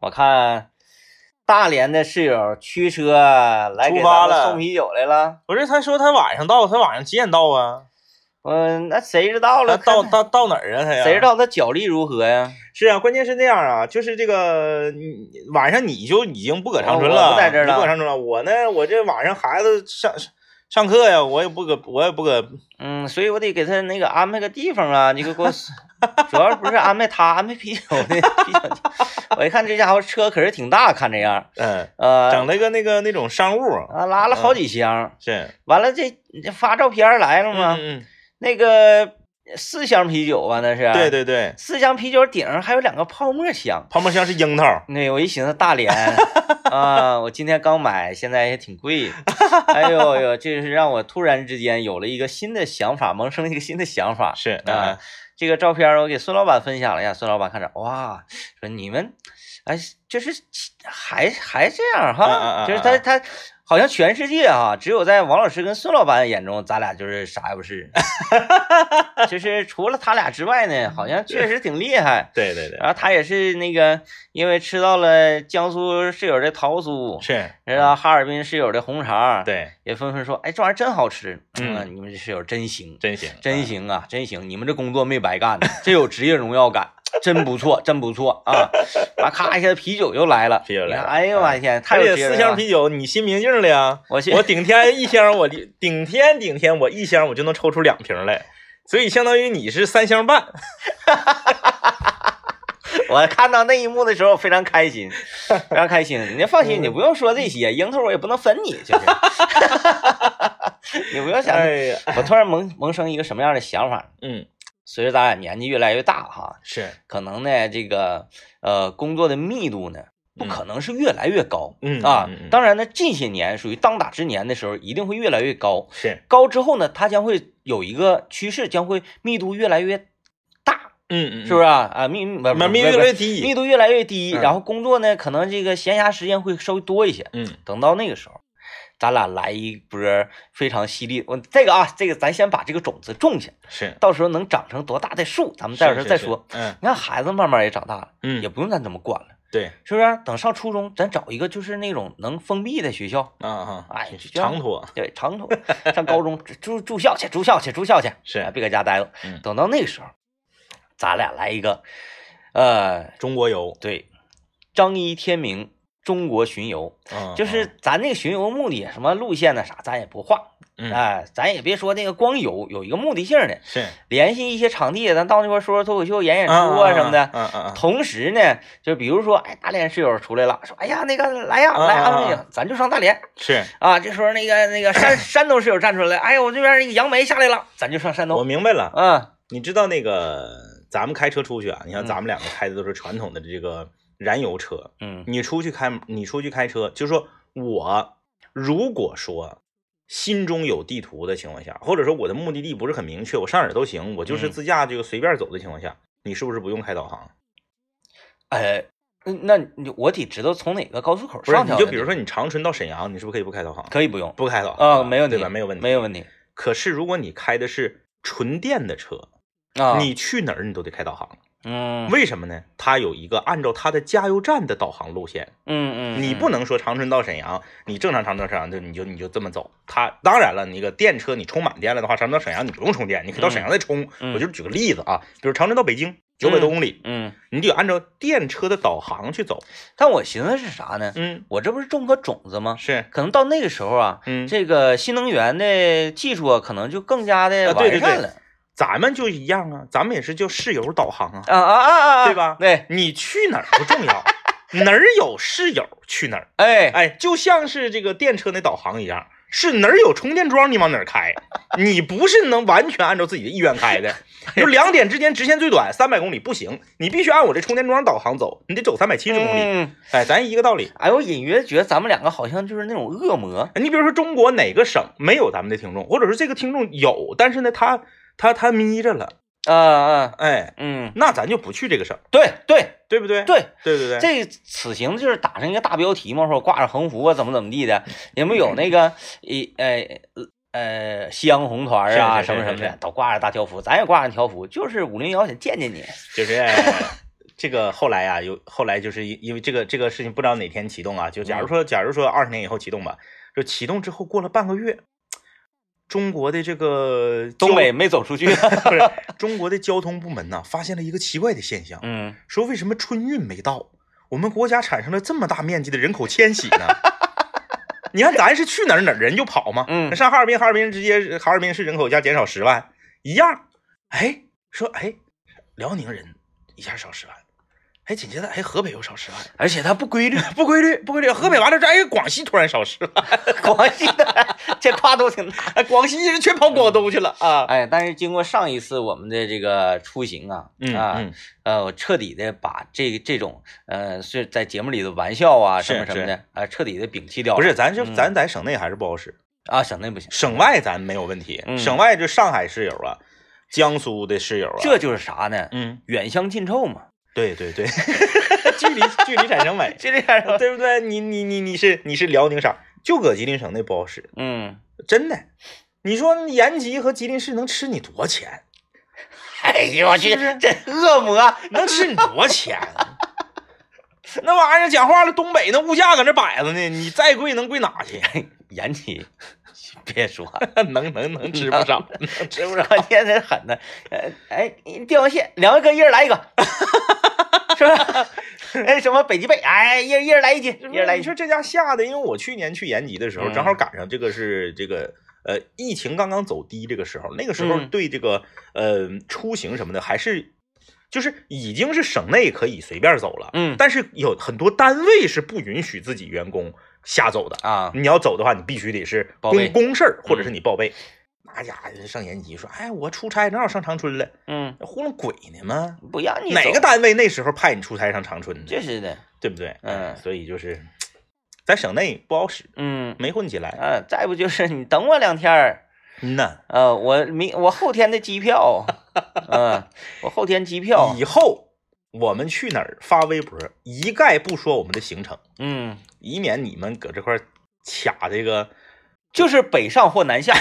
我看大连的室友驱车来给出咱发了们送啤酒来了。不是，他说他晚上到，他晚上几点到啊？嗯，那谁知道他了？到看到到哪儿啊？他呀？谁知道他脚力如何呀？是啊，关键是那样啊，就是这个你晚上你就已经不搁长春哦了，我不在这儿你不了搁长春了。我呢，我这晚上孩子上上课呀，我也不搁，我也不搁。嗯，所以我得给他那个安排个地方啊，你 给我，主要不是安排他，安排啤酒的 啤酒地。我一看这家伙车可是挺大，看这样，嗯，呃整，了一个那个那种商务，啊拉了好几箱，是，完了这发照片来了吗？嗯嗯，那个四箱啤酒吧，那是，对，对对，四箱啤酒顶上还有两个泡沫箱。泡沫箱是樱桃，那我一寻思大连啊，我今天刚买，现在也挺贵。哎呦呦，这是让我突然之间有了一个新的想法，萌生了一个新的想法。是啊啊，，这个照片儿我给孙老板分享了一下，孙老板看着，哇，说你们，哎，就是还还这样哈，啊啊啊就是啊他他好像全世界哈，只有在王老师跟孙老板眼中，咱俩就是啥也不 是，就是除了他俩之外呢，好像确实挺厉害。对对对，然后他也是那个，因为吃到了江苏室友的桃酥，是，知道哈尔滨室友的红肠，，对，也纷纷说，哎，这玩意儿真好吃，嗯你们这室友真行，真行，真行啊，真行！你们这工作没白干，这有职业荣耀感，真不错，真不错啊！完，咔一下啤酒就来了，啤酒来了嗯你看哎呦我的天，太而有且职业四荣耀箱了啤酒，你心明镜了呀？我去， 我顶天一箱，我顶天顶天，我一箱我就能抽出两瓶来，所以相当于你是三箱半。我看到那一幕的时候我非常开 心，非常开心。你嗯放心，你不用说这些，樱桃我也不能分你， 就是，你不用想。哎呀， 我突然萌萌生一个什么样的想法？嗯，随着咱俩年纪越来越大哈，是，可能呢这个呃工作的密度呢不嗯可能是越来越高，嗯啊嗯嗯嗯，当然呢，近些年属于当打之年的时候，一定会越来越高。是，高之后呢，它将会有一个趋势，将会密度越来越大，嗯嗯，是不是？是啊？啊密密满密度越来越低，密度越来越低，嗯然后工作呢，可能这个闲暇时间会稍微多一些。嗯，等到那个时候，咱俩来一波非常犀利。我这个啊，这个咱先把这个种子种下，是，到时候能长成多大的树，咱们到时候是嗯再说。，是是你看孩子慢慢也长大了，嗯也嗯，不用咱怎么管了，对，是不是啊？等上初中，咱找一个就是那种能封闭的学校。啊啊，哎是就这样长途对，长途上高中住住住校去，住校去，住 校去，是哎别搁家待了。嗯等到那个时候，咱俩来一个，呃，中国游，对，张一天明中国巡游，嗯就是咱那个巡游目的什么路线呢啥，咱也不画，嗯哎，咱也别说那个光游，有一个目的性的，是联系一些场地，咱到那块儿说说脱口秀、演演出啊啊什么的。嗯嗯嗯，同时呢，就比如说，哎，大连室友出来了，说，哎呀，那个来呀，啊来啊安徽啊，咱就上大连，是啊，这时候那个那个山山东室友站出来，哎呀，我这边那个杨梅下来了，咱就上山我东。明白了，嗯你知道那个咱们开车出去啊，你像嗯咱们两个开的都是传统的这个燃油车，嗯你出去开，你出去开车，就是说我如果说心中有地图的情况下，或者说我的目的地不是很明确，我上哪儿都行，我就是嗯自驾这个随便走的情况下，你是不是不用开导航？哎，那你我得知道从哪个高速口不是，上你去。就比如说你长春到沈阳，你是不是可以不开导航？可以不用不开导航啊，没问题对吧？没有问题，没有问题可是如果你开的是纯电的车，啊。你去哪儿你都得开导航，嗯为什么呢？它有一个按照它的加油站的导航路线。嗯嗯，你不能说长春到沈阳，你正常长春到沈阳就你就你就这么走。它当然了，你那个电车你充满电了的话，长春到沈阳你不用充电，你可以到沈阳再充。嗯我就是举个例子啊，比如长春到北京九百多公里，嗯，你得按照电车的导航去走。但我寻思是啥呢？嗯，我这不是种个种子吗？是，可能到那个时候啊，嗯，这个新能源的技术啊，可能就更加的啊对完对善对了咱们就一样啊，咱们也是叫室友导航啊，啊啊啊啊，啊对吧对，你去哪儿不 重要，哪儿有室友去哪儿。哎，哎，就像是这个电车那导航一样，是哪儿有充电桩你往哪儿开，你不是能完全按照自己的意愿开 的。就两点之间直线最短三百公里不行，你必须按我这充电桩导航走，你得走三百七十公里。嗯。哎，咱一个道理。哎，我隐约觉得咱们两个好像就是那种恶魔。你比如说中国哪个省没有咱们的听众，或者是这个听众有，但是呢他他他眯着了，啊啊，哎，嗯，那咱就不去这个省，对对对不对？对，对对对，这此行就是打上一个大标题嘛，说挂着横幅啊，怎么怎么地的，有没有那个一呃呃香红团儿啊是是是什么什么是的是 都挂着大条幅，咱也挂上条幅，就是五零幺想见见你。就是这个后来啊，有后来就是因因为这个这个事情不知道哪天启动啊，就假嗯如说假如说二十年以后启动吧，就启动之后过了半个月，中国的这个交东北没走出去。 不是中国的交通部门呐，发现了一个奇怪的现象， 嗯，说为什么春运没到，我们国家产生了这么大面积的人口迁徙呢？ 你看咱是去哪儿哪儿人就跑嘛，嗯那上哈尔滨，哈尔滨直接哈尔滨市人口一下减少十万，一样，哎，说哎，辽宁人一下少十万，哎，紧接着哎河北又少十万，而且它不规律，不规律不规律，河北完了之后，哎广西突然少十万，广西的这跨度挺大。哎 广西人全跑广东去了啊，哎，但是经过上一次我们的这个出行啊，嗯啊，嗯呃，我彻底的把这这种呃是在节目里的玩笑啊是什么什么的啊、彻底的摒弃掉了。不是，咱就嗯咱在省内还是不好使。啊，省内不行，省外咱没有问题，嗯省外这上海室友啊，江苏的室友啊，这就是啥呢？嗯，远香近臭嘛。对对 对，距离距离产 生美，就这样。对不对？你你你你是你是辽宁省，就搁吉林省内不好使，嗯，真的。你说延吉和吉林市能吃你多钱？哎呦我去，是不是这恶魔，能吃你多钱？啊 那玩意儿讲话了，东北那物价搁那摆着呢，你再贵能贵哪去？ 延吉，别说，能能能吃不少，能吃不少。关键是狠的，呃，哎，帝王蟹，两个哥一人 来一个，是吧？ 哎，什么北极贝，哎，一人一人来一斤，一人来一斤。你说这家吓的，因为我去年去延吉的时候，嗯正好赶上这个是这个呃疫情刚刚走低这个时候，那个时候嗯对这个呃出行什么的还是就是已经是省内可以随便走了，嗯但是有很多单位是不允许自己员工瞎走的。啊，你要走的话，你必须得是报公备嗯公事儿，或者是你报备。那家伙上延吉说：“哎，我出差正好上长春了，嗯，糊弄鬼呢吗？不让你哪走啊个？单位那时候派你出差上长春呢？就是的，对不对？哎嗯所以就是在省内不好使，嗯没混起来。啊，再不就是你等我两天儿，嗯呐，呃，我明我后天的机 票，嗯、我后天机票，以后我们去哪儿发微博，一概不说我们的行程，嗯，以免你们搁这块儿卡这个。就是北上或南下，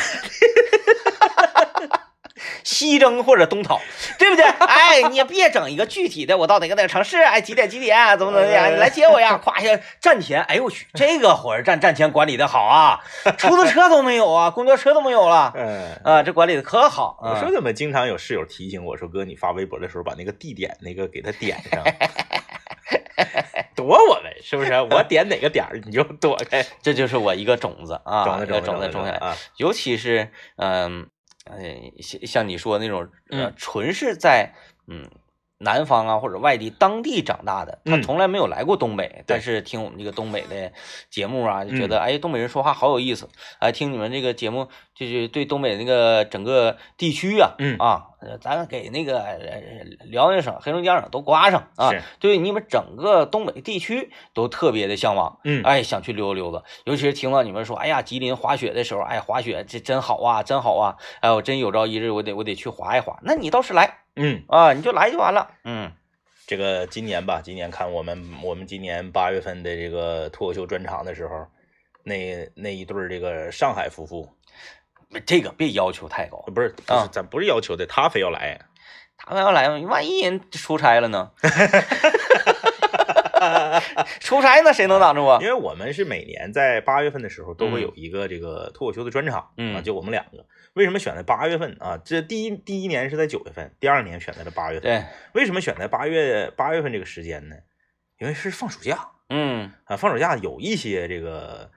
西征或者东讨，对不对？哎，你也别整一个具体的，我到哪个哪个城市，哎，几点几点，怎么怎么样，你来接我呀？夸一下站前，哎呦我去，这个火车站站前管理的好啊，出租车都没有啊，公交车都没有 了嗯，啊，这管理的可好。我啊说怎么经常有室友提醒我说，哥，你发微博的时候把那个地点那个给他点 上。躲我们是不是？我点哪个点儿你就躲开，这就是我一个种子啊，整的一个整种的子种下来，啊！尤其是嗯，呃，像像你说的那种，呃嗯，纯是在嗯南方啊或者外地当地长大的，他嗯从来没有来过东北，但是听我们这个东北的节目啊，就嗯觉得哎，东北人说话好有意思，哎，听你们这个节目，就是对东北那个整个地区啊，嗯啊，呃咱给那个呃辽宁省、黑龙江省都刮上啊是，对你们整个东北地区都特别的向往。 嗯，哎，想去溜达溜达，尤其是听到你们说，哎呀，吉林滑雪的时候，哎，滑雪这真好啊，真好啊，哎，我真有朝一日我得我得去滑一滑。那你倒是来嗯，啊，你就来就完了。嗯这个今年吧，今年看我们我们今年八月份的这个脱口秀专场的时候，那那一对儿这个上海夫妇，呃这个别要求太高，不是不啊是，咱不是要求的，他非要来，他们要来，万一人出差了呢？ 出差那谁能挡住啊因？为我们是每年在八月份的时候都会有一个这个脱口秀的专场，嗯啊，就我们两个。为什么选在八月份啊？这第一第一年是在九月份，第二年选在了八月份。对，为什么选在八月八月份这个时间呢？因为是放暑假，嗯啊，放暑假有一些这个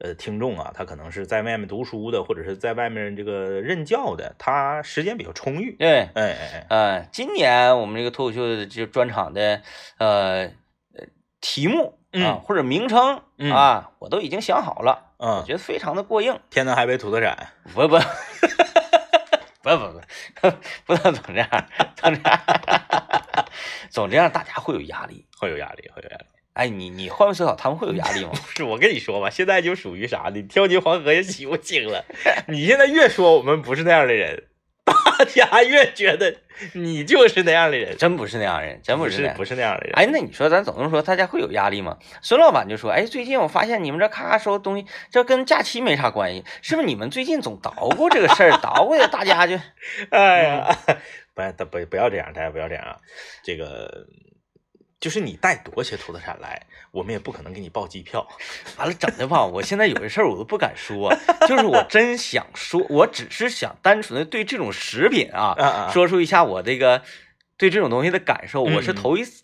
呃听众啊，他可能是在外面读书的，或者是在外面这个任教的，他时间比较充裕。对，哎哎哎，呃，今年我们这个脱口秀的这专场的呃呃题目啊嗯或者名称嗯啊，我都已经想好了，我嗯，觉得非常的过硬。天南海北土特产，不不，不不不，不能总这样，总这样，总这样，大家会有压力。会有压力，会有压力。 哎，你你换位思考，他们会有压力吗？不是我跟你说吧，现在就属于啥呢？跳进黄河也洗不清了。 你现在越说我们不是那样的人， 大家越觉得你就是那样的人，真不是那样人，真不是那样不。是那样的人。哎，那你说咱总是说大家会有压力吗？孙老板就说：“哎，最近我发现你们这咔咔收东西，这跟假期没啥关系，是不是你们最近总捣鼓这个事儿，捣鼓的大家就 嗯哎呀，不要不不要这样，大家不要这样啊！这个就是你带多些土特产来，我们也不可能给你报机票。完了，整的吧，我现在有些事儿我都不敢说，就是我真想说，我只是想单纯的对这种食品 啊， 啊啊，说出一下我这个对这种东西的感受。我是嗯嗯头一次，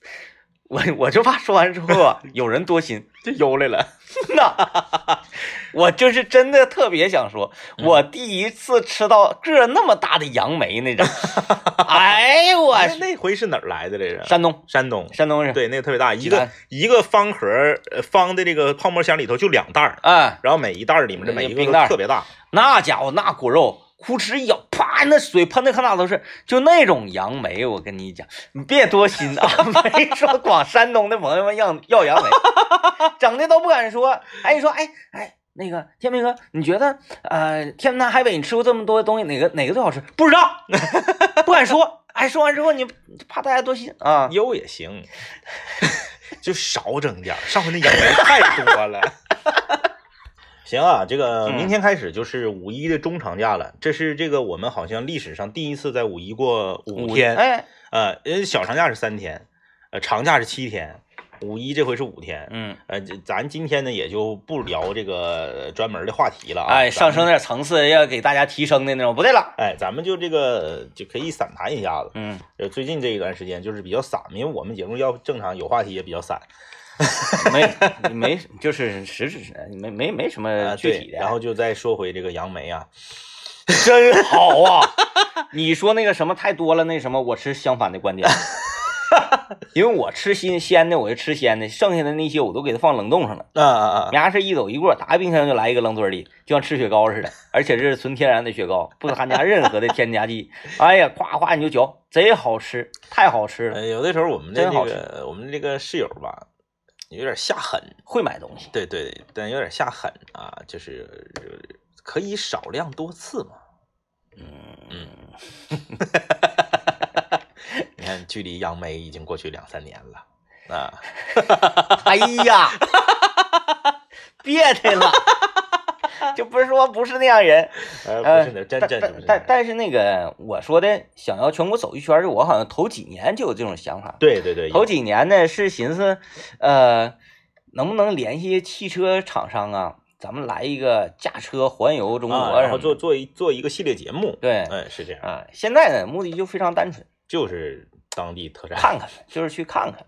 我 我就怕说完之后啊，有人多 心。这悠来了，那 我就是真的特别想说，嗯我第一次吃到个儿那么大的杨梅那 种，哎呦我哎，那回是哪儿来的来着？山东山东，山东人，对，那个特别大，一济个南一个方盒儿，呃方的这个泡沫箱里头就两袋儿，哎，然后每一嗯袋儿里面这每一个冰都袋儿特别大，那家伙那果肉。呼哧一咬，啪！那水喷的看哪都是，就那种杨梅，我跟你讲，你别多心啊！ 没说广山东的朋友们要要杨梅，整的都不敢说。哎，你说，哎哎，那个天明哥，你觉得呃，天南海北你吃过这么多东西，哪个哪个最好吃？不知道， 不敢说。哎，说完之后你怕大家多心啊？有也行， 就少整点儿。上回那杨梅太多了。 行啊，这个嗯明天开始就是五一的中长假了，这是这个我们好像历史上第一次在五一过五天，哎，呃，因为小长假是三天，呃，长假是七天，五一这回是五天，嗯，呃，这咱今天呢也就不聊这个专门的话题了啊，哎，咱上们升点层次，要给大家提升的那种。不对了，哎，咱们就这个就可以散谈一下子。嗯，呃，最近这一段时间就是比较散，因为我们节目要正常有话题也比较散，没没，就是实质没没没什么啊，具对，体的。然后就再说回这个杨梅 啊，真好啊！你说那个什么太多了，那什么，我持相反的观 点，因为我吃新鲜的，我就吃鲜的，剩下的那些我都给它放冷冻上了。啊啊啊，牙是一走一过，打开冰箱就来一个冷嘴里，就像吃雪糕似的，而且这是纯天然的雪糕，不含加任何的添加剂。哎呀，夸夸你就嚼，贼好吃，太好吃了， 呃，有的时候我们的真这好个我们这个室友吧，有点下狠，会买东西。对对，对但有点下狠啊，就是就是可以少量多次嘛。嗯 嗯，你看，距离杨梅已经过去两三年了。啊，哎呀， 别的 了，就不是说不是那样人。呃，呃不是的，真但真但不是的但但是那个我说的想要全国走一圈儿，我好像头几年就有这种想法。对对对，头几年呢是寻思，呃，能不能联系汽车厂商啊，咱们来一个驾车环游中国啊，然什后么做的。做一做一个系列节目，对，哎，是这样，啊，现在呢目的就非常单纯，就是当地特产，看看，就是去看 看，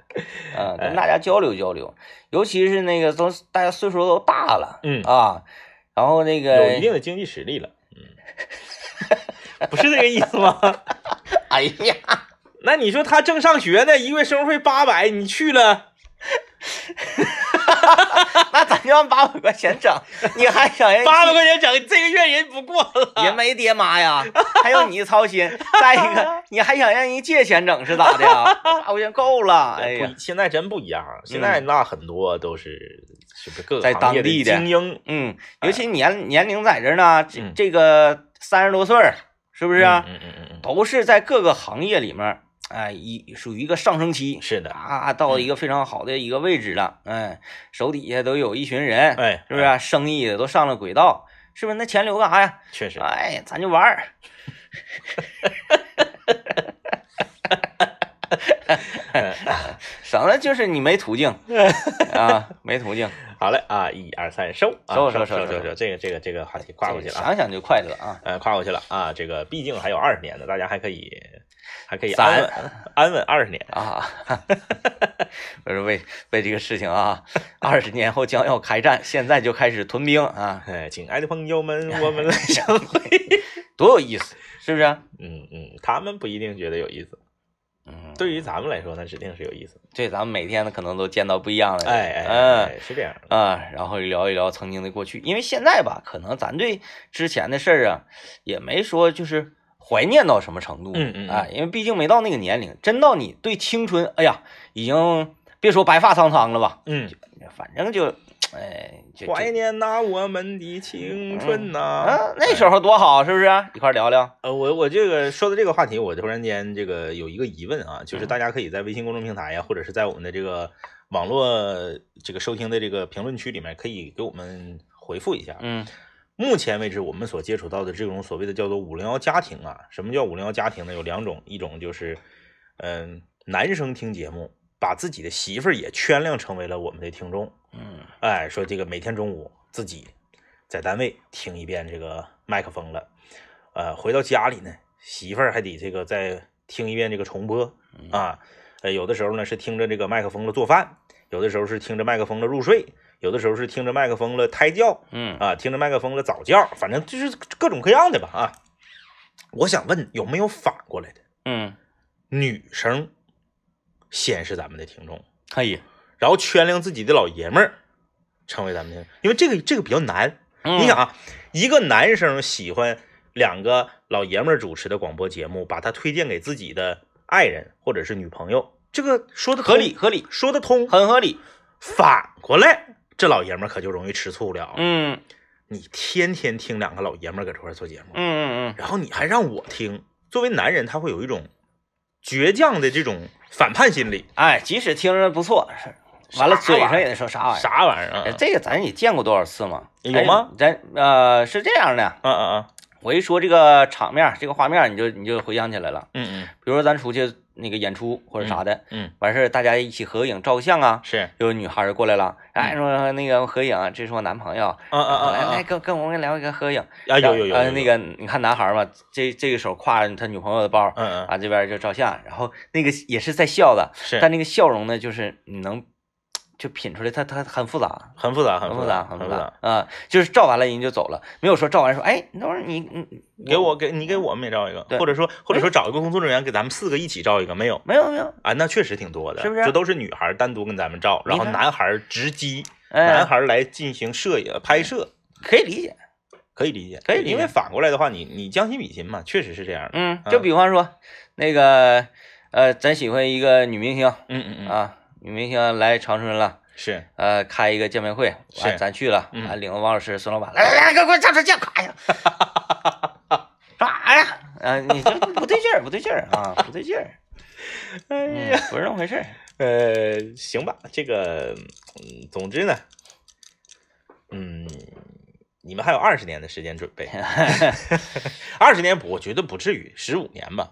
嗯、哎跟大家交流交流，尤其是那个都大家岁数都大了，嗯啊，然后那有一个，定的经济实力了，嗯，不 是这个意思吗？ 哎呀， 那你说他正上学呢，一个月生活费八百，你去了，那咱就按八百块钱整，你还 想让八百块钱整，这个月人不过了，也没爹妈呀，还用你操心？再一个，你还想让人借钱整是咋的呀？八块钱够了，哎呀嗯不，，现在真不一样啊，现在那很多都是是不是各个在行当业地的精英，嗯，尤其年年龄在这儿呢，这哎嗯这个三十多岁儿是不不是啊？嗯嗯嗯都是在各个行业里面儿，哎，一属于一个上升期嗯，是嗯的，啊，到一个非常好的一个位置了，哎，手底下都有一群人，哎，是不是啊、生意也都上了轨道，是不是？那钱留干啥呀？确实，哎，咱就玩儿。省得就是你没途径啊，没途径，好嘞啊，一二三，收啊收收收收收收收，这个这个这个话题跨过去了啊。想想就快乐啊。呃，跨过去了啊，这个毕竟还有二十年呢，大家还可以，还可以咱安稳安稳二十年。啊， 我说为为这个事情啊，二十年后将要开战，现在就开始屯兵 啊，哎，亲爱的朋友们，我们来 相会。多有意思，是不是啊？嗯嗯，他们不一定觉得有意思，嗯，对于咱们来说，那指定是有意思。对，咱们每天呢可能都见到不一样的人，哎哎哎，嗯。哎是这样的。啊，然后聊一聊曾经的过去，因为现在吧，可能咱对之前的事儿啊，也没说就是怀念到什么程度，嗯嗯嗯啊，因为毕竟没到那个年龄，真到你对青春，哎呀，已经别说白发苍苍了吧，嗯，反正就，哎，就就怀念呐、我们的青春呐、啊，那时候多好，是不是、啊一块儿聊聊，呃，我我这个说到这个话题，我突然间这个有一个疑问啊，嗯就是大家可以在微信公众平台呀，或者是在我们的这个网络这个收听的这个评论区里面，可以给我们回复一下。嗯目前为止，我们所接触到的这种所谓的叫做“五零幺家庭”啊，什么叫“五零幺家庭”呢？有两种，一种就是，嗯、男生听节目，把自己的媳妇儿也圈量成为了我们的听众。嗯，哎，说这个每天中午自己在单位听一遍这个麦克风了，呃，回到家里呢，媳妇儿还得这个再听一遍这个重播啊，呃，有的时候呢是听着这个麦克风了做饭，有的时候是听着麦克风了入睡，有的时候是听着麦克风了胎教嗯，啊，听着麦克风了早教，反正就是各种各样的吧啊。我想问，有没有反过来的嗯，女生先是咱们的听众？可以。然后圈量自己的老爷们儿，成为咱们的，因为这个这个比较难。嗯你想，啊，一个男生喜欢两个老爷们儿主持的广播节目，把他推荐给自己的爱人或者是女朋友，这个说的合理，合理，说得通。很合理。反过来，这老爷们儿可就容易吃醋了。嗯你天天听两个老爷们儿搁这块儿做节目，嗯嗯然后你还让我听，作为男人他会有一种倔强的这种反叛心理。哎，即使听着不错，是完了啥嘴玩意儿上也得说啥玩意儿。啥玩意儿哎啊？这个咱也见过多少次嘛？有吗哎？咱呃是这样的，啊啊啊！我一说这个场面、这个画面，你就你就回想起来了。嗯嗯比如说咱出去那个演出或者啥的，嗯，完事儿大家一起合影照相啊，是。有女孩儿过来了，嗯哎说那个合影，这是我男朋友，啊啊啊！来啊来跟跟我们聊一个合影。啊，有有有哎呃那，个你看男孩儿嘛，这这个手挎着他女朋友的包，嗯嗯，啊这边就照相，然后那个也是在笑的，是，但那个笑容呢，就是你能就品出来，它它很复杂，很复杂，很复杂，很很复杂。啊，就是照完了人就走了，没有说照完说，哎，等会儿你你给我给你给我们也照一个，对哎或者说或者说找一个工作人员给咱们四个一起照一个，没有没有没有，啊？那确实挺多的，是不是这都是女孩单独跟咱们照，然后你看男孩直击，男哎，孩来进行摄影拍摄，可以理解，可以理解，可以理解因为反过来的话，你你将心比心嘛，确实是这样的。嗯，嗯就比方说那个呃，咱喜欢一个女明星嗯嗯嗯，啊，女明星来长春了。是，呃，开一个见面会，完是咱去了，啊嗯完领着王老师、孙老板，来来来，给我给我站这见，夸一下， 干啥呀？啊，你这不不对劲儿，不对劲儿啊，不对劲儿， 哎嗯，不是那么回事儿。呃，行吧，这个，嗯，总之呢，嗯，你们还有二十年的时间准 备，二十年不，我觉得不至于，十五年吧，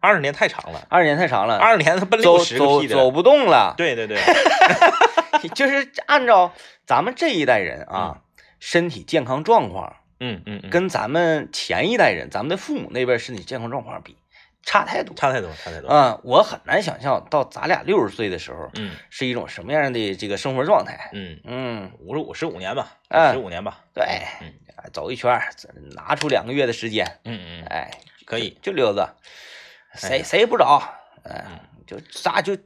二十年太长了，二十年太长了，二十年他奔走六十个走屁走的，不动了，对 对对，就是按照咱们这一代人啊，身体健康状况嗯嗯，嗯跟咱们前一代人，咱们的父母那辈儿身体健康状况比，差太多。差太多，差太多，啊、我很难想象到咱俩六十岁的时候嗯是一种什么样的这个生活状态。嗯，嗯，五十五十五年吧，嗯十五年吧，对，嗯哎走一圈儿，拿出两个月的时间，嗯嗯，嗯哎，可以，就溜达，哎谁谁也不找，嗯，就咱就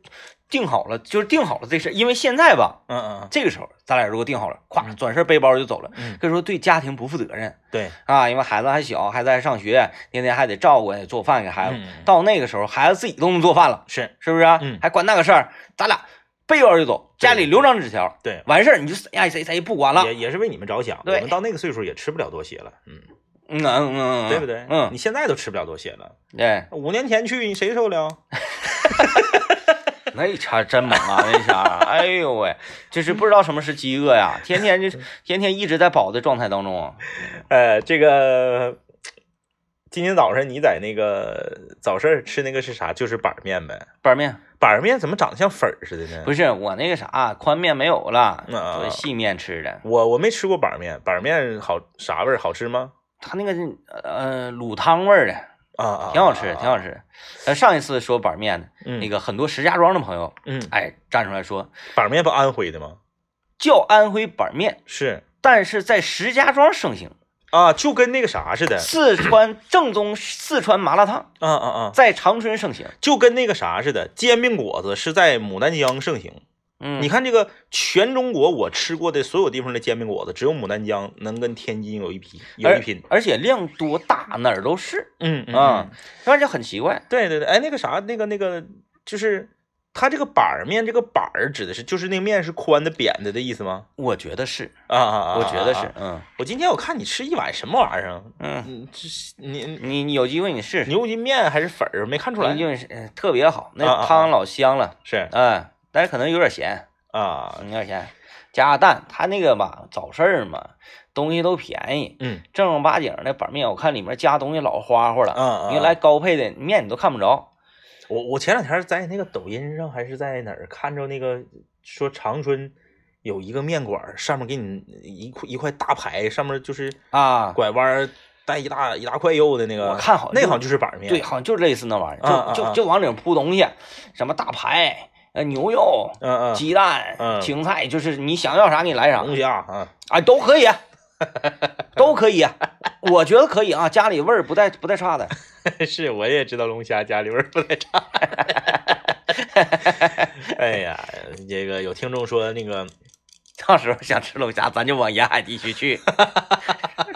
定好了，就是定好了这事儿，因为现在吧，嗯嗯嗯，这个时候咱俩如果定好了，咵转身背包就走了，嗯可以说对家庭不负责任对，啊，因为孩子还小，孩子还上学，天天还得照顾，还得做饭给孩子。嗯嗯到那个时候，孩子自己都能做饭了，是是不是、啊？嗯还管那个事儿？咱俩背包就走，家里对留张纸条，对。完事儿你就谁爱谁谁不管了。也也是为你们着想，我对们到那个岁数也吃不了多些了，嗯，嗯嗯嗯，嗯对不对？嗯你，现在都吃不了多些了， 对。五年前去，你谁受得了？那一茬哎真猛啊！那一茬，哎呦喂，就是不知道什么是饥饿呀，天天 就天天一直在饱的状态当中。啊呃，这个今天早上你在那个早市吃那个是啥？就是板儿面呗。板面板儿面怎么长得像粉儿似的呢？不是是我那个啥，宽面没有了，嗯嗯嗯都是细面吃的。我我没吃过板儿面，板儿面好啥味儿？好吃吗？它那个呃卤汤味儿的，啊啊，挺好吃，挺好吃。吃的。呃，上一次说板面的，嗯，那个很多石家庄的朋友，嗯，哎，站出来说板儿面不安徽的吗？叫安徽板面，是但是在石家庄盛行。啊，就跟那个啥似的，四川正宗四川麻辣烫啊啊啊，在长春盛行。就跟那个啥似的，煎饼果子是在牡丹江盛行。嗯，你看这个全中国我吃过的所有地方的煎饼果子，只有牡丹江能跟天津有一拼，有一拼。而，而且量多大，哪儿都是嗯嗯嗯啊，那、就很奇怪。对对对，哎，那个啥，那个那个，就是它这个板儿面，这个板儿指的是就是那面是宽的、扁的的意思吗？我觉得是，啊啊啊！我觉得是啊。，嗯我今天我看你吃一碗什么玩意儿啊？嗯，嗯，这是你你你有机会你试试，牛筋面还是粉儿？没看出来牛。筋是呃特别好，啊啊那啊汤老香了，是嗯，但是可能有点咸，啊，有点咸，加蛋，它那个吧早市儿嘛，东西都便宜，嗯正儿八经的板面，我看里面加东西老花花啊了，啊，你来高配的面你都看不着，我我前两天在那个抖音上还是在哪儿看着那个说长春有一个面馆儿，上面给你一块一块大牌，上面就是啊，拐弯儿带一大一大块肉的那个，我看好像那就好像就是板儿面，对，好像就是类似那玩意儿，啊就啊就啊就往里面铺东西，什么大排、呃牛肉、嗯嗯，鸡蛋、嗯芹菜，就是你想要啥你来啥，龙虾啊，哎，都可以，都可以，啊我觉得可以啊，家里味儿不带不带差的。 是我也知道龙虾家里味儿不 太差。哎呀，这个有听众说那个到时候想吃龙虾，咱就往沿海地区去，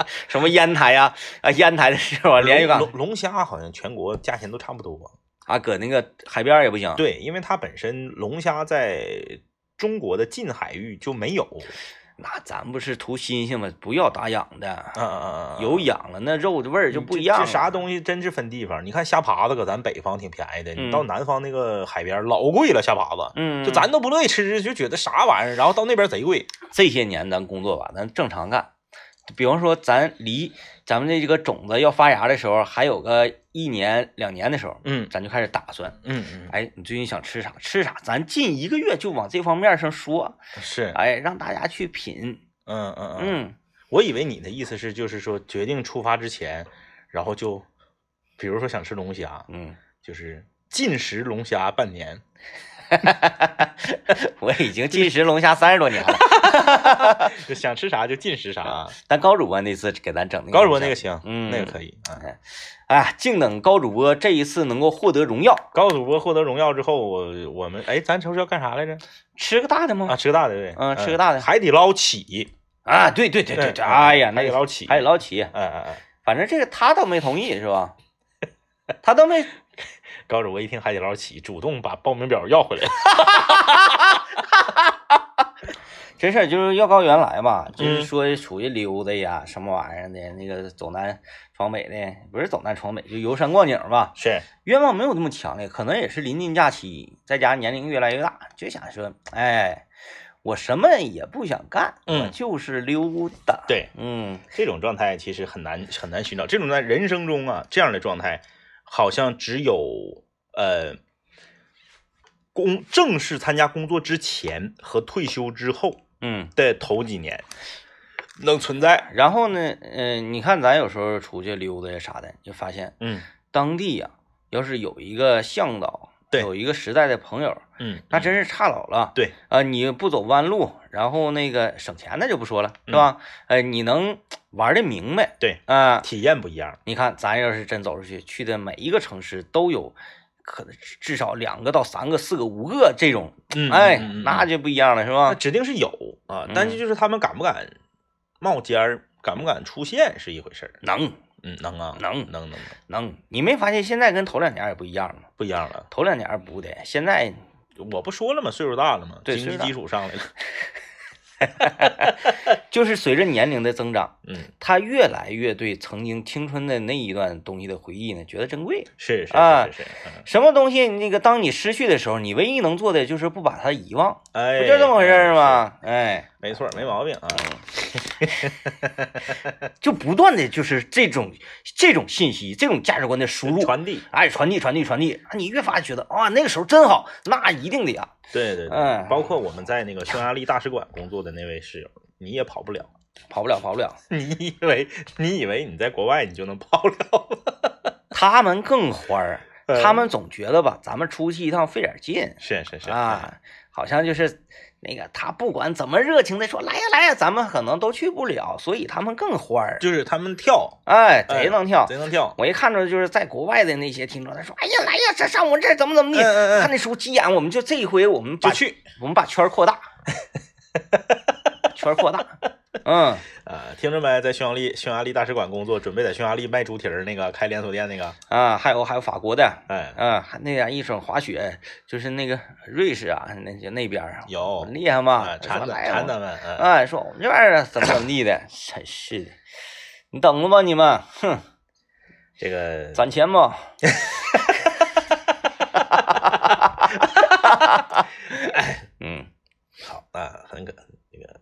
什么烟台呀、啊，烟台的时候啊连云港龙龙虾好像全国价钱都差不多，啊，搁那个海边儿也不行。对，因为它本身龙虾在中国的近海域就没有，那咱不是图新鲜吗？不要打氧的，嗯嗯嗯嗯，有氧了那肉的味啊儿就不一样这了。这啥东西真是分地方，你看虾爬子搁咱北方挺便宜的，嗯你到南方那个海边老贵了虾爬子。嗯，就咱都不乐意吃，就觉得啥玩意儿，然后到那边贼贵。这些年咱工作吧，咱正常干。比方说，咱离咱们的这个种子要发芽的时候，还有个一年两年的时候，嗯咱就开始打算。嗯嗯，哎，你最近想吃啥？吃啥？咱近一个月就往这方面上说，是，哎，让大家去品。嗯嗯嗯，嗯，我以为你的意思是，就是说决定出发之前，然后就，比如说想吃龙虾，嗯，就是禁食龙虾半年。 我已经进食龙虾三十多 年了。就想吃啥就进食啥。但高主播那次给咱整那个，高主播那个，行，嗯那个可以啊。哎，静等高主播这一次能够获得荣耀，高主播获得荣耀之后，我我们哎，咱这不是要干啥来着？吃个大的啊，吗？吃个大的对，嗯吃个大的海底捞起，啊，对对对对对，哎呀，那海底个捞起，海底，捞奇，嗯嗯嗯。反正这个他倒没同意是 吧？他都没，高主播一听海底捞起，主动把报名表要回来 了。这事儿就是要高原来嘛，就是嗯说出去溜达呀，什么玩意儿的，那个走南闯北的，不是走南闯北，就游山逛景吧。是，愿望没有那么强烈，可能也是临近假期，再加上年龄越来越大，就想说，哎，我什么也不想干，嗯我就是溜达。对嗯，这种状态其实很难很难寻找。这种在人生中啊，这样的状态好像只有呃工正式参加工作之前和退休之后嗯的头几年能存在。然后呢，嗯、你看咱有时候出去溜达呀啥的，就发现嗯当地呀、要是有一个向导，对有一个时代的朋友，嗯，那真是差老了。对啊、你不走弯路，然后那个省钱那就不说了，是吧？呃，你能玩的明白嗯对，啊、体验不一样。你看，咱要是真走出去，去的每一个城市都有，可能至至少两个到三个、四个、五个这种，嗯哎，嗯嗯那就不一样了，是那吧？指定是有啊嗯，但是就是他们敢不敢冒尖儿，敢不敢出现是一回事儿。能嗯，能啊，能能能能，能，你没发现现在跟头两年也不一样了吗？不一样了。头两年不的，现在我不说了吗？岁数大了嘛，对经岁济数大基础上 来了。就是随着年龄的增长，嗯，他越来越对曾经青春的那一段东西的回忆呢，觉得珍贵。是是啊是是是，嗯什么东西，那个当你失去的时候，你唯一能做的就是不把它遗忘，不哎，就这么回事儿是？吗？哎，没错，没毛病啊。就不断的就是这种这种信息、这种价值观的输入，传递，哎，传递、传递、传递，啊，你越发觉得啊，那个时候真好，那一定的呀。对对哎对，包括我们在那个匈牙利大使馆工作的那位室友，你也跑 不了。跑不了，跑不 了。你以为你以为你在国外你就能跑了？ 他们更花儿，嗯他们总觉得吧，咱们出去一趟费点劲是是哎是，啊，好像就是那个他不管怎么热情的说来呀来呀，咱们可能都去不了，所以他们更花儿。就是他们跳，哎，贼能跳。贼能跳。我一看着就是在国外的那些听众，他说：“哎呀，来呀，这上我们这儿怎么怎么地？”嗯嗯嗯看那时候急眼，我们就这一回我们把就去我们把圈儿扩 大，圈儿扩大，嗯。啊！听着没，在匈牙利匈牙利大使馆工作，准备在匈牙利卖猪蹄儿那个开连锁店那个，啊，还有还有法国的，哎，啊，还那俩一整滑雪，就是那个瑞士啊，那就那边儿有厉害嘛，啊，馋说他来馋我他们，嗯哎，说我们这边儿怎么怎么地的，真是的，你等着吧你们，哼，这个攒钱 吧，嗯，好啊，很可那个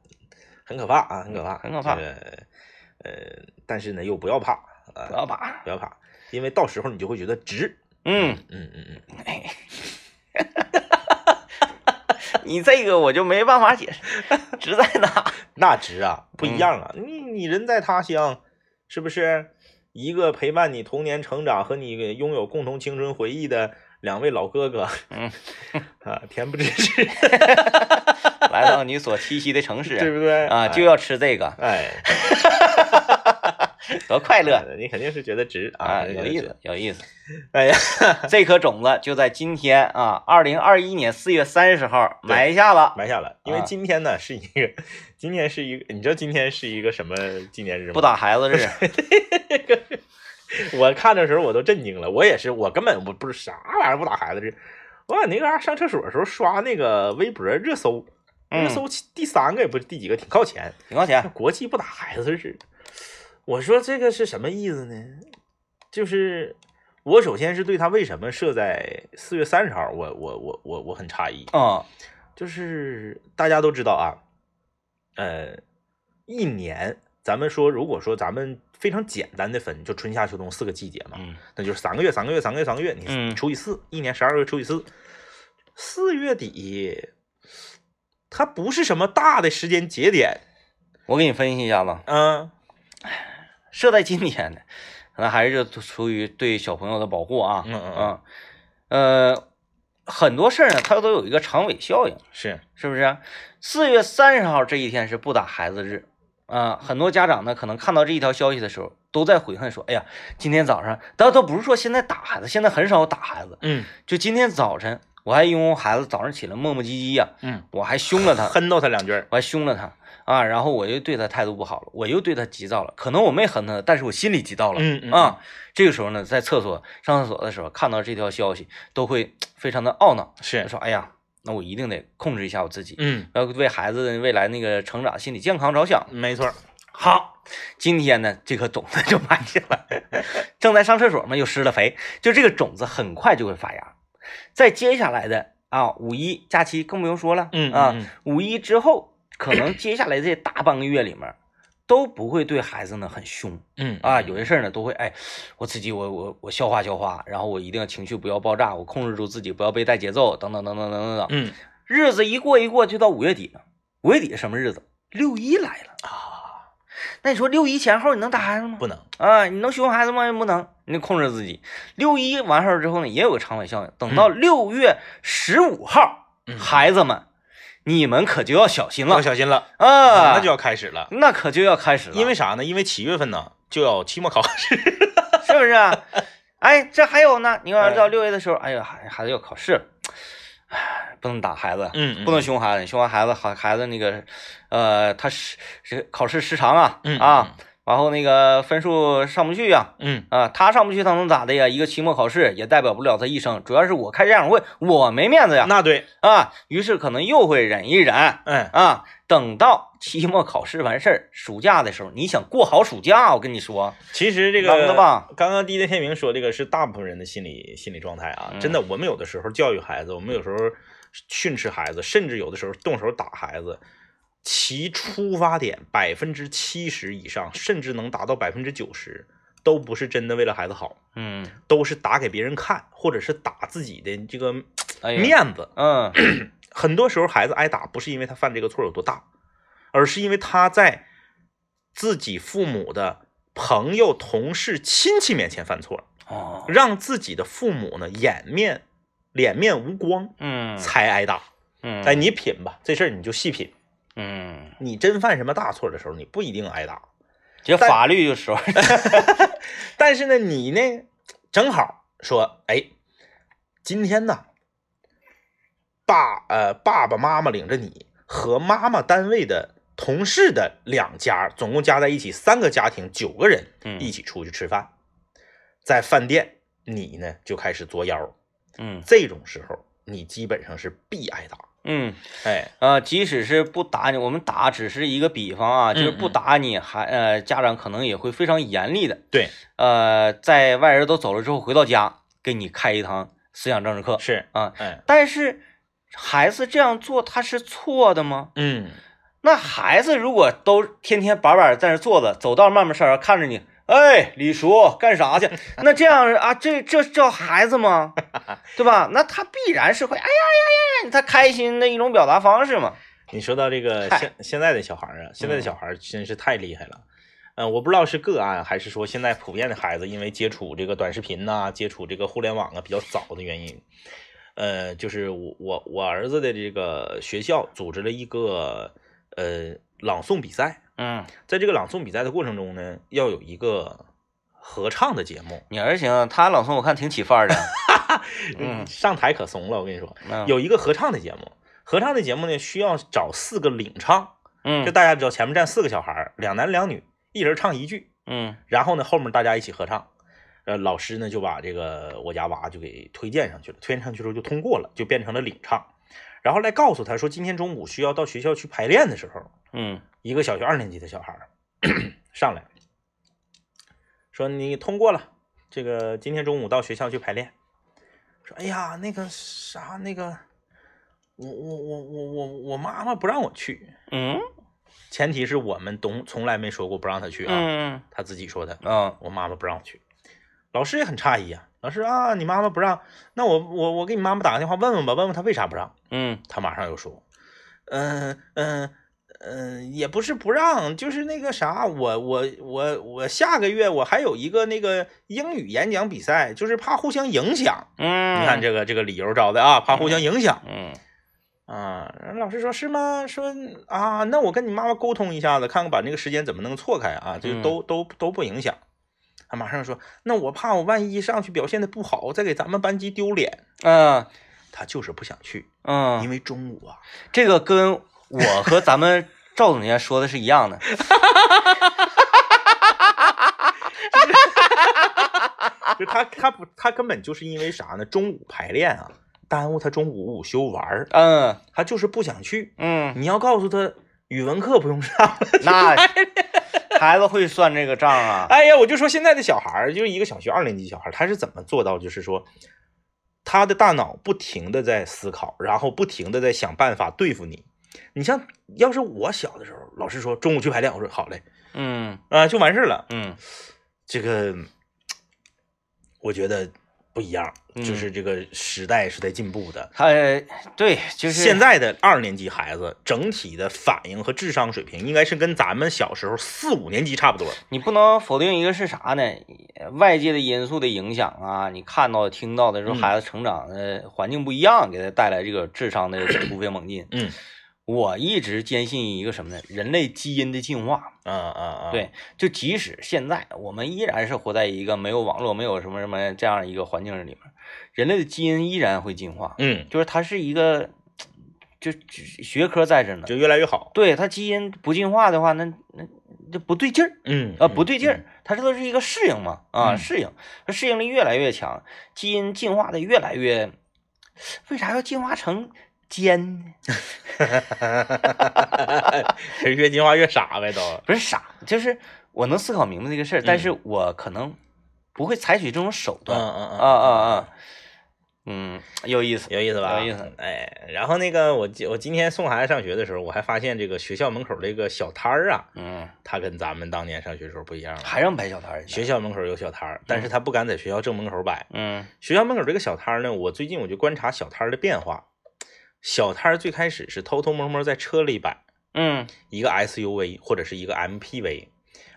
很可怕啊，很可怕，很可怕这个呃，但是呢，又不要怕啊，不要怕，不要怕，因为到时候你就会觉得值。嗯，嗯嗯嗯，哎，你这个我就没办法解释，值在哪？那值啊，不一样啊！嗯你你人在他乡，是不是一个陪伴你童年成长和你拥有共同青春回忆的两位老哥哥？嗯，啊，恬不知耻， 来到你所栖息的城对市不对？啊，就要吃这个，哎，多快乐哎你肯定是觉得值啊！你有觉得意值思，有意思。哎呀，这颗种子就在今天啊，二零二一年四月三十号对埋下了，埋下了，因为啊今天呢是一个，今天是一个，你知道今天是一个什么纪念日吗？不打孩子日。 我看的时候我都震惊了，我也是，我根本我不是啥玩意儿不打孩子这，我往那嘎、上厕所的时候刷那个微博热搜，嗯啊热搜第三个也不是第几个，挺靠前，挺靠前，国际不打孩子日，我说这个是什么意思呢？就是我首先是对他为什么设在四月三十号，我我我我我很诧异，嗯就是大家都知道啊，呃，一年咱们说，如果说咱们非常简单的分，就春夏秋冬四个季节嘛，嗯那就是三个月，三个月，三个月，三个月，你嗯除以四，一年十二个月除以四，四月底，它不是什么大的时间节点，我给你分析一下子，嗯、设在今天的，可能还是就出于对小朋友的保护啊，嗯嗯嗯呃，很多事儿呢，它都有一个长尾效应，是，是不是、四月三十号这一天是不打孩子日啊、很多家长呢可能看到这一条消息的时候，都在悔恨说，哎呀，今天早上，倒倒不是说现在打孩子，现在很少打孩子，嗯就今天早晨，我还因为孩子早上起来磨磨唧唧呀、嗯，我还凶了他。哼叨他两句儿，我还凶了他啊，然后我又对他态度不好了，我又对他急躁了。可能我没恨他，但是我心里急躁了。嗯嗯啊，这个时候呢，在厕所上厕所的时候看到这条消息，都会非常的懊恼。嗯是我，说，哎呀，那我一定得控制一下我自己，嗯，要为孩子的未来那个成长、心理健康着想。没错儿，好，今天呢，这颗种子就埋下了，正在上厕所嘛，又施了肥，就这个种子很快就会发芽。在接下来的啊，五一假期更不用说了，嗯啊嗯，五一之后，可能接下来这大半个月里面，都不会对孩子呢很凶嗯啊，有些事儿呢都会哎，我自己我我我消化消化，然后我一定情绪不要爆炸，我控制住自己不要被带节奏，等等等等等等等。嗯日子一过一过，就到五月底了。五月底是什么日子？六一来了。啊，那你说六一前后你能打孩子吗？不能，啊，你能熊孩子吗？不能，你得控制自己。六一完事儿之后呢，也有个长尾效应。等到六月十五号，嗯孩子们，你们可就要小心了要小心了，啊！那就要开始了。那可就要开始了，因为啥呢？因为七月份呢就要期末考试， 是不是啊？哎，这还有呢，你哎看到六月的时候，哎呀，孩孩子要考试了，哎，不能打孩子， 嗯不能凶孩子，凶完孩子，孩孩子那个，呃，他时是考试时长啊，嗯啊，然后那个分数上不去呀、嗯，啊，他上不去，他能咋的呀？一个期末考试也代表不了他一生，主要是我开家长会，我没面子呀，那对，啊，于是可能又会忍一忍哎，啊，等到期末考试完事儿，暑假的时候，你想过好暑假，我跟你说，其实这个冷的吧刚刚 DJ 天明说这个是大部分人的心理心理状态啊，嗯真的，我们有的时候教育孩子，我们有时候训斥孩子，甚至有的时候动手打孩子，其出发点百分之七十以上，甚至能达到百分之九十，都不是真的为了孩子好，嗯，都是打给别人看，或者是打自己的这个哎呀，面子。嗯。很多时候孩子挨打，不是因为他犯这个错有多大，而是因为他在自己父母的朋友、同事、亲戚面前犯错，哦，让自己的父母呢掩面脸面无光，嗯才挨打。嗯，哎，你品吧，这事儿你就细品。嗯，你真犯什么大错的时候，你不一定挨打，这但法律就说，但是呢，你呢，正好说，哎，今天呢，爸呃爸爸妈妈领着你和妈妈单位的同事的两家，总共加在一起三个家庭九个人嗯一起出去吃饭，在饭店你呢就开始作妖，嗯这种时候你基本上是必挨打，嗯哎，啊，即使是不打你，我们打只是一个比方啊，就是不嗯嗯打你，还呃家长可能也会非常严厉的，对，呃，在外人都走了之后回到家，给你开一堂思想政治课是，啊，哎，但是孩子这样做他是错的吗？嗯，那孩子如果都天天板板在那坐着，走道慢慢上，看着你，哎，李叔干啥去？那这样啊，这这叫孩子吗？对吧？那他必然是会，哎呀呀呀呀，他开心的一种表达方式嘛。你说到这个嗨嗯现现在的小孩儿啊，现在的小孩儿真是太厉害了。嗯、我不知道是个案还是说现在普遍的孩子因为接触这个短视频呐、接触这个互联网啊比较早的原因。呃，就是我我我儿子的这个学校组织了一个呃朗诵比赛，嗯，在这个朗诵比赛的过程中呢，要有一个合唱的节目。你儿子行，他朗诵我看挺起 范儿的。嗯上台可怂了，我跟你说，嗯，有一个合唱的节目。合唱的节目呢，需要找四个领唱，就嗯大家知道，前面站四个小孩儿，两男两女，一人唱一句，嗯然后呢，后面大家一起合唱。呃，老师呢就把这个我家娃就给推荐上去了，推荐上去之后就通过了，就变成了领唱。然后来告诉他说，今天中午需要到学校去排练的时候，嗯一个小学二年级的小孩儿 上来说：“你通过了，这个今天中午到学校去排练。”说：“哎呀，那个啥，那个我我我我我我妈妈不让我去。”嗯前提是我们懂，从来没说过不让他去啊，嗯他自己说的。嗯我妈妈不让我去，老师也很诧异啊。老师啊，你妈妈不让，那我我我给你妈妈打个电话问问吧，问问她为啥不让。嗯她马上又说，嗯嗯嗯，也不是不让，就是那个啥，我我我我下个月我还有一个那个英语演讲比赛，就是怕互相影响。嗯，你看，这个这个理由找的啊，怕互相影响。嗯啊，然后老师说是吗？说啊，那我跟你妈妈沟通一下子，看看把那个时间怎么能错开啊，就嗯都、都都不影响。他马上说，那我怕我万一上去表现的不好，再给咱们班级丢脸。嗯他就是不想去，嗯因，为中午啊，这个跟我和咱们赵总监说的是一样的。就他他不他根本就是因为啥呢？中午排练啊，耽误他中午午休玩儿，嗯他就是不想去。嗯，你要告诉他语文课不用上了， 那孩子会算这个账啊。哎呀，我就说现在的小孩儿，就是一个小学二年级小孩儿，他是怎么做到，就是说，他的大脑不停的在思考，然后不停的在想办法对付你。你像，要是我小的时候，老师说中午去排练，我说好嘞，嗯啊、就完事儿了。嗯这个，我觉得不一样，嗯就是这个时代是在进步的。他呃对，就是现在的二年级孩子整体的反应和智商水平，应该是跟咱们小时候四五年级差不多。你不能否定一个是啥呢？外界的因素的影响啊，你看到、听到的时候，嗯孩子成长的环境不一样，给他带来这个智商的突飞猛进。嗯，我一直坚信一个什么呢？人类基因的进化。啊啊啊！对，就即使现在我们依然是活在一个没有网络、没有什么什么这样一个环境里面，人类的基因依然会进化，嗯，就是它是一个，就就学科在这呢。就越来越好。对，它基因不进化的话，那那就不对劲儿。嗯啊，不对劲嗯儿，它这都是一个适应嘛，啊，嗯适应，它适应力越来越强，基因进化的越来越，为啥要进化成尖呢？谁嗯越进化越 傻呗都。不是傻，就是我能思考明白这个事儿，但是我可能不会采取这种手段，啊嗯啊啊，嗯，有意思，有意思吧？有意思。哎，然后那个我今我今天送孩子上学的时候，我还发现这个学校门口这个小摊儿啊，嗯，它跟咱们当年上学的时候不一样了。还让摆小摊儿呢，学校门口有小摊儿，但是他不敢在学校正门口摆。嗯学校门口这个小摊儿呢，我最近我就观察小摊儿的变化。小摊儿最开始是偷偷摸摸在车里摆，嗯一个 SUV 或者是一个 MPV。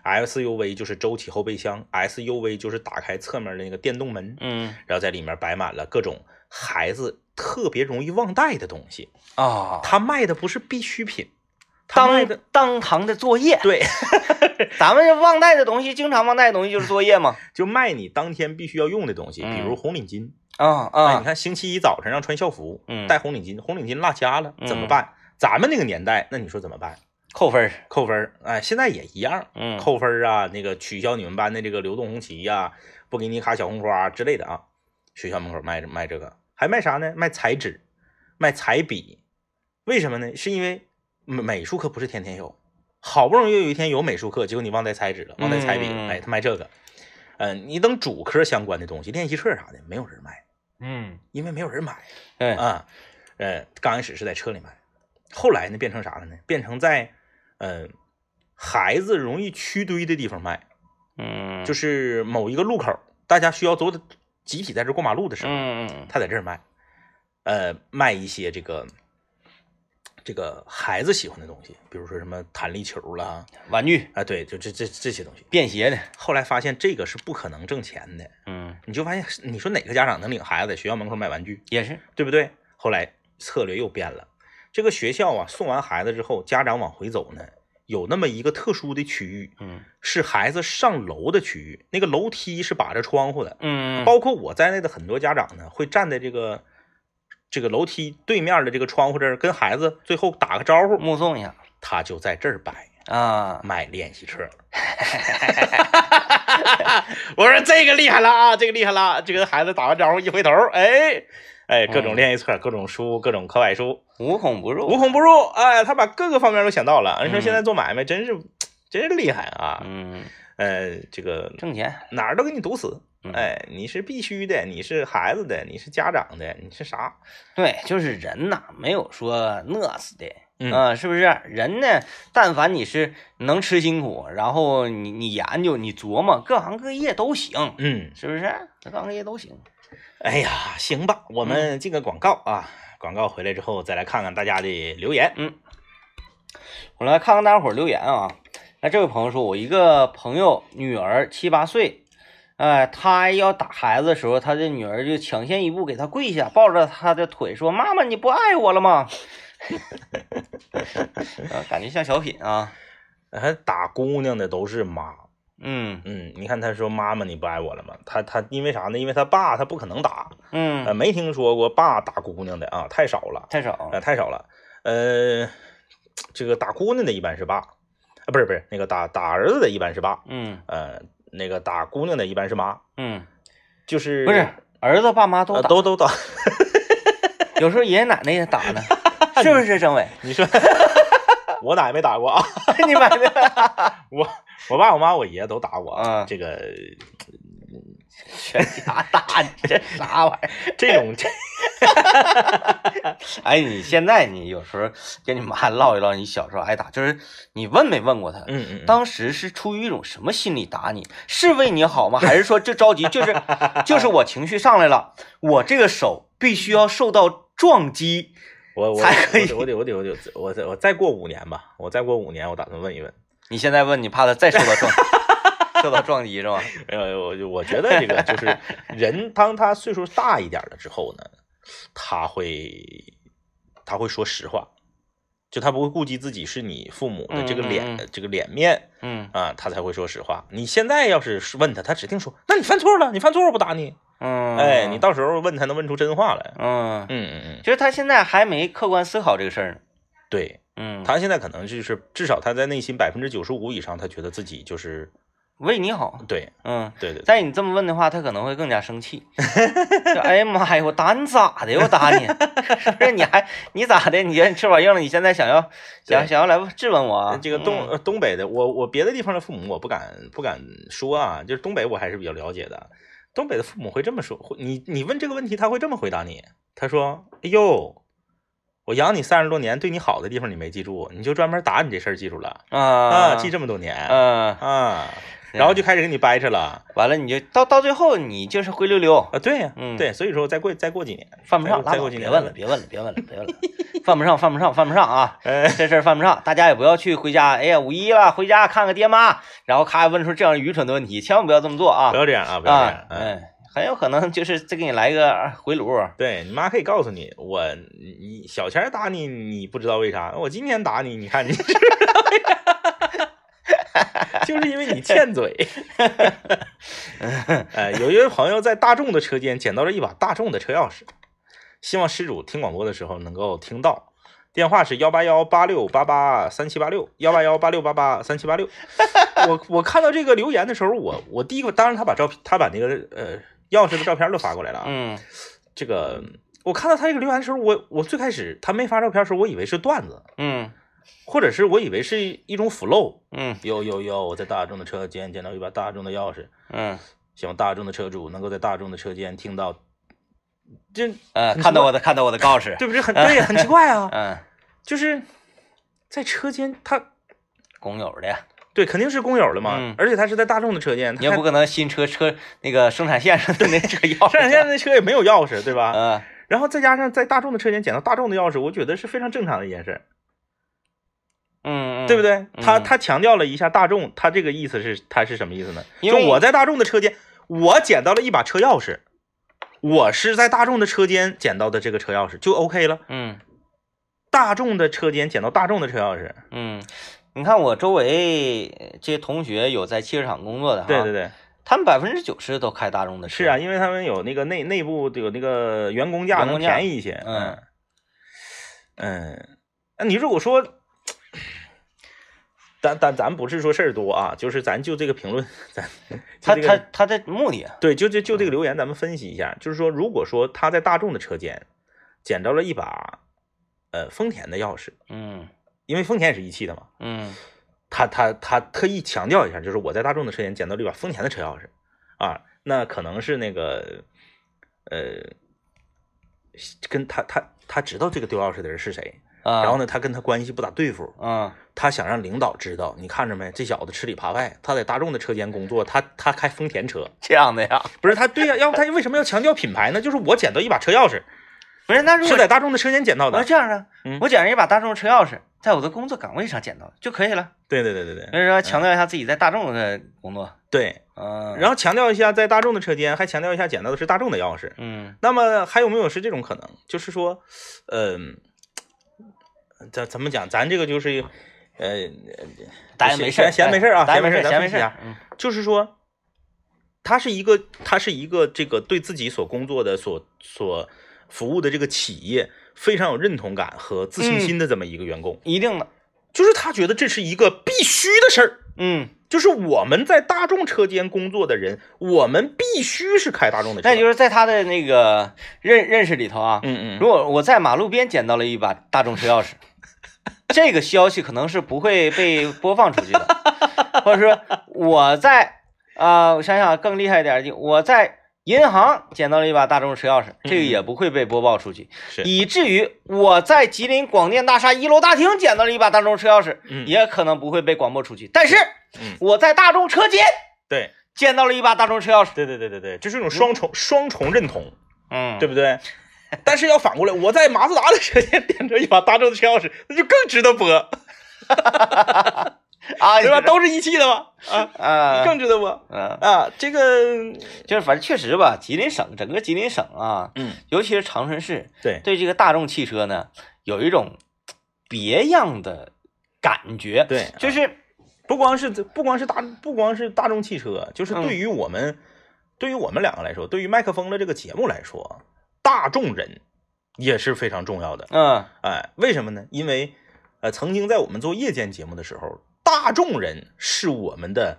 SUV 就是周起后备箱，SUV 就是打开侧面的那个电动门。嗯然后在里面摆满了各种孩子特别容易忘带的东西。啊，他卖的不是必需品，他卖当的当堂的作业，对， 咱们这忘带的东西，经常忘带的东西就是作业嘛，就卖你当天必须要用的东西，比如嗯红领巾。 啊哎，你啊，看星期一早晨让穿校服，嗯带红领巾，红领巾落家了嗯怎么办？咱们那个年代，那你说怎么办？扣分儿，扣分儿，哎，现在也一样，嗯，扣分儿啊，那个取消你们班的这个流动红旗呀、不给你卡小红花之类的啊。学校门口卖卖这个，还卖啥呢？卖彩纸，卖彩笔。为什么呢？是因为美美术课不是天天有，好不容易有一天有美术课，结果你忘带彩纸了，忘带彩笔了，嗯哎，他卖这个。嗯、你等主科相关的东西，练习册啥的，没有人卖，嗯，因为没有人买对， 啊。呃，刚开始是在车里卖，后来呢变成啥了呢？变成在嗯、呃孩子容易屈堆的地方卖。嗯，就是是某一个路口，大家需要走的集体在这过马路的时候，嗯嗯他在这儿卖，呃，卖一些这个这个孩子喜欢的东西，比如说什么弹力球啦，嗯，玩具、啊，对，就这这这些东西。便携的，后来发现这个是不可能挣钱的，嗯，你就发现，你说哪个家长能领孩子在学校门口买玩具，也是，对不对？后来策略又变了，这个学校啊，送完孩子之后，家长往回走呢，有那么一个特殊的区域，嗯是孩子上楼的区域，那个楼梯是把着窗户的，嗯，包括我在内的很多家长呢，会站在这个这个楼梯对面的这个窗户这儿，跟孩子最后打个招呼，目送一下他就在这儿摆啊，卖练 习册。我说这个厉害了啊，这个厉害了！这个孩子打完招呼一回头，哎哎，各嗯种练习册、各种书、各种课外书，无孔不入，无孔不入。哎，他把各个方面都想到了。人说嗯现在做买卖真是真是厉害啊！嗯，呃，这个挣钱，哪儿都给你堵死。嗯哎，你是必须的，你是孩子的，你是家长的，你是啥？对，就是人呐，没有说饿死的。嗯啊、是不是人呢？但凡你是能吃辛苦，然后你你研究、你琢磨，各行各业都行，嗯，是不是？各行各业都行。哎呀，行吧，我嗯们进个广告啊，广告回来之后再来看看大家的留言。我来看看大家伙儿留言啊。那这位朋友说，我一个朋友女儿七八岁，呃，他要打孩子的时候，他的女儿就抢先一步给他跪下，抱着他的腿说：“妈妈，你不爱我了吗？” 呃感觉像小品啊。还打姑娘的都是妈，嗯嗯，你看他说妈妈你不爱我了吗？他他因为啥呢？因为他爸他不可能打，呃，嗯，没听说过爸打姑娘的啊，太少了，太少呃，太少了。呃，这个打姑娘的一般是爸，啊，不是不是，那个打打儿子的一般是爸，嗯呃，那个打姑娘的一般是妈，嗯，就是不是儿子爸妈都呃打，都都打， 有时候爷爷奶奶也打 呢，是不是政委？你说我哪也没打过 啊， 你买的我我爸我妈我爷都打我，啊这个全家打，你这啥玩意儿？这种 哎，你现在你有时候跟你妈唠一唠，你小时候挨打，就是你问没问过她？嗯嗯嗯当时是出于一种什么心理打你？是为你好吗？还是说就着急，就是就是我情绪上来了，我这个手必须要受到撞击？我我才可以我得我得我得我得我再我再过五年吧，我再过五年，我打算问一问。你现在问，你怕她再受到撞 受到撞击是吧？没有，呃我就我觉得这 个就是人，当他岁数大一点了之后呢，他会他会说实话，就他不会顾及自己是你父母的这个脸、嗯嗯嗯这个脸面嗯啊，他才会说实话。你现在要是问他，他指定说，那你犯错了，你犯错我不打你。嗯，哎，你到时候问他能问出真话来。嗯，嗯嗯嗯，其实他现在还没客观思考这个事儿呢。对嗯，他现在可能就是至少他在内心百分之九十五以上，他觉得自己就是为你好，对嗯，对对，对再你这么问的话，他可能会更加生气。就哎呀妈呀，我打你咋的？我打你，是不是？你还你咋的？你你翅膀硬了？你现在想要想对想要来质问我啊？这个东呃东北的，我我别的地方的父母我不敢不敢说啊，就是东北我还是比较了解的。东北的父母会这么说，会你你问这个问题，他会这么回答你。他说：“哎呦，我养你三十多年，对你好的地方你没记住，你就专门打你这事儿记住了啊啊，啊记这么多年嗯，啊，然后就开始给你掰扯了完了你就到到最后你就是灰溜溜，啊，对呀、嗯对，所以说再过再过几年，犯不上，哎再拉过倒，几别年问了，别问了，别问了，别问了，犯不上，犯不上，犯不上啊！ 哎，这事儿犯不上，大家也不要去回家。哎呀，五一了，回家看看爹妈，然后咔问出这样愚蠢的问题，千万不要这么做啊不！要这样啊，不要这样啊，，嗯。”啊嗯，很有可能就是再给你来个回炉。对你妈可以告诉你，我你你小前儿打你，你不知道为啥，我今天打你，你看你知不知道呀？ 就是因为你欠嘴。呃，有一位朋友在大众的车间捡到了一把大众的车钥匙，希望失主听广播的时候能够听到。电话是幺八幺八六八八三七八六幺八幺八六八八三七八六。我我看到这个留言的时候，我我第一个，当然他把照片，他把那个呃钥匙的照片都发过来了啊。嗯这个我看到他这个留言的时候，我我最开始他没发照片的时候，我以为是段子，嗯或者是我以为是一种 flow。嗯哟哟哟！我在大众的车间捡到一把大众的钥匙，嗯，希望大众的车主能够在大众的车间听到。这呃，你看说到我的，看到我的告示。 对不对？很对呀，很奇怪啊，嗯，就是在车间他工友的，对，肯定是公有的嘛，嗯而且它是在大众的车间，它你 也不可能新车车那个生产线上的那车钥匙， 生产线那车也没有钥匙，对吧？嗯，然后再加上在大众的车间捡到大众的钥匙，我觉得是非常正常的一件事儿，嗯嗯，对不对？他嗯他强调了一下大众，他这个意思是他是什么意思呢？因为就我在大众的车间，我捡到了一把车钥匙，我是在大众的车间捡到的这个车钥匙就 OK 了。嗯大众的车间捡到大众的车钥匙，嗯，你看我周围呃这些同学有在汽车厂工作的哈，对对，对，他们百分之九十都开大众的车，是啊，，因为他们有那个内内部有那个员工价员能工价便宜一些，嗯嗯，那你如果说，咱咱咱不是说事儿多啊，就是咱就这个评论，咱他就这个他他的目的，啊对，就这就这个留言，咱们分析一下，就是说，如果说他在大众的车间捡到了一把呃丰田的钥匙，嗯因为丰田也是一汽的嘛，嗯他他他特意强调一下，就是我在大众的车间捡到了一把丰田的车钥匙啊，那可能是那个呃，跟他他他知道这个丢钥匙的人是谁，啊，然后呢，他跟他关系不咋对付，嗯他想让领导知道，你看着没，这小子吃里扒外，他在大众的车间工作，他他开丰田车，这样的呀，不是他对呀、要不他为什么要强调品牌呢？就是我捡到一把车钥匙，不是那如是果在大众的车间捡到我要的。这样呢嗯，我捡着一把大众车钥匙，在我的工作岗位上捡到就可以了，对对对对对所以说强调一下自己在大众的工作，对，嗯，然后强调一下，在大众的车间，还强调一下捡到的是大众的钥匙。嗯那么还有没有是这种可能？就是说，嗯、咱怎么讲？咱这个就是，呃，大家没事儿哎闲闲没事儿啊大家闲没事儿闲没事咱分析儿啊，嗯就是说，他是一个，他是一个这个对自己所工作的、所所服务的这个企业非常有认同感和自信心的这么一个员工，一定的，就是他觉得这是一个必须的事儿。嗯。就是我们在大众车间工作的人，我们必须是开大众的车。那就是在他的那个认认识里头啊，嗯嗯如果我在马路边捡到了一把大众车钥匙， 这个消息可能是不会被播放出去的， 或者说我在啊、呃我想想更厉害一点，就我在银行捡到了一把大众车钥匙，这个也不会被播报出去，是以至于我在吉林广电大厦一楼大厅捡到了一把大众车钥匙，嗯也可能不会被广播出去，但是嗯我在大众车间对捡到了一把大众车钥匙，对对对对对，就是一种双重、双重认同，嗯，对不对？但是要反过来，我在马自达的车间点着一把大众的车钥匙，那就更值得 播，啊，对吧？都是一汽的嘛，啊，啊，更值得播嗯，啊。这个，就是反正确实吧，吉林省整个吉林省啊，嗯，尤其是长春市，对对这个大众汽车呢，有一种别样的感觉。对就是不光是不光是大不光是大众汽车，就是对于我们、对于我们两个来说，对于麦克风的这个节目来说，大众人也是非常重要的。嗯哎，为什么呢？因为呃，曾经在我们做夜间节目的时候，大众人是我们的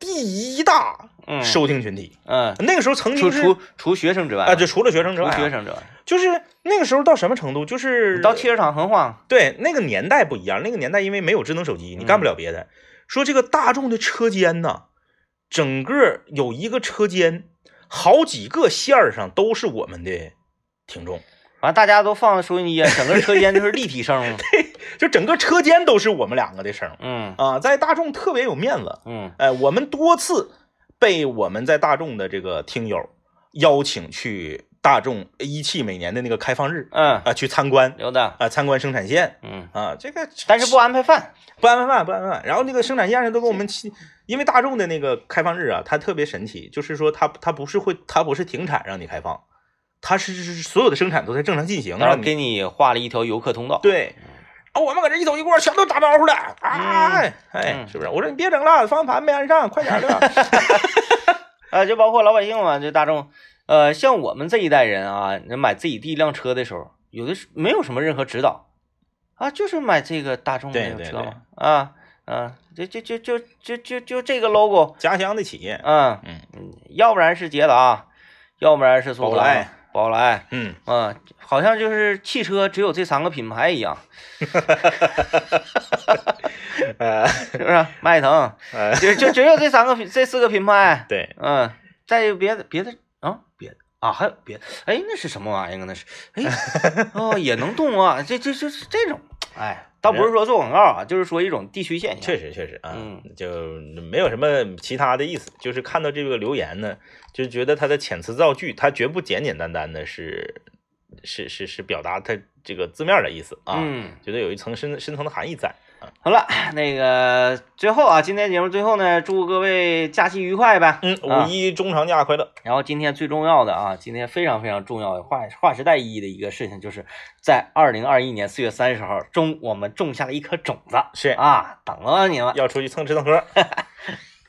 第一大嗯收听群体。嗯，那个时候曾除经是除除学生之外啊，就除了学生之除外啊、学生之外，就是那个时候到什么程度？就是你到汽车厂横晃，对那个年代不一样，那个年代因为没有智能手机，你嗯干不了别的。说这个大众的车间呐，整个有一个车间，好几个线儿上都是我们的听众，完了大家都放收音机啊，整个车间就是立体声 嘛。就整个车间都是我们两个的声儿嗯啊，在大众特别有面子。嗯哎，我们多次被我们在大众的这个听友邀请去大众一汽每年的那个开放日嗯啊、，去参观刘大啊、，参观生产线嗯，啊、这个但是不安排饭，不安排饭，不安排饭。然后那个生产线上都给我们起，因为大众的那个开放日啊，它特别神奇，就是说它它不是会，它不是停产让你开放，它是是是所有的生产都在正常进行，然让后你给你画了一条游客通道。对。啊，我们搁这一走一过，全都打招呼了，啊，哎，嗯是不是？我说你别整了，方向盘没安上，快点 儿的。呃，就包括老百姓嘛，这大众，呃，像我们这一代人啊，人买自己第一辆车的时候，有的是没有什么任何指导啊，就是买这个大众对那个对车对嘛，啊啊，就就就就就就就这个 logo，家乡的企业，嗯嗯嗯，要不然是捷达，要不然是苏宝格兰来、宝来， 嗯，嗯，好像就是汽车只有这三个品牌一样，呃，是不 是？迈腾，呃，就就只有这三个品这四个品牌， 对，嗯，再有别的别的啊，别的啊，还有别的，哎，那是什么玩意儿啊？那是，哎，哦，也能动啊，这这这这种，哎，倒不是说做广告啊，就是说一种地区现象。确实确实啊，嗯就没有什么其他的意思，就是看到这个留言呢，就觉得他的遣词造句，他绝不简简单单的是是是是表达他这个字面的意思啊，嗯，觉得有一层深深层的含义在。好了，那个最后啊，今天节目最后呢，祝各位假期愉快呗。嗯，啊五一中长假快乐。然后今天最重要的啊，今天非常非常重要的划划时代意义的一个事情，就是在二零二一年四月三十号中，我们种下了一颗种子是啊，等了你们。要出去蹭吃蹭喝。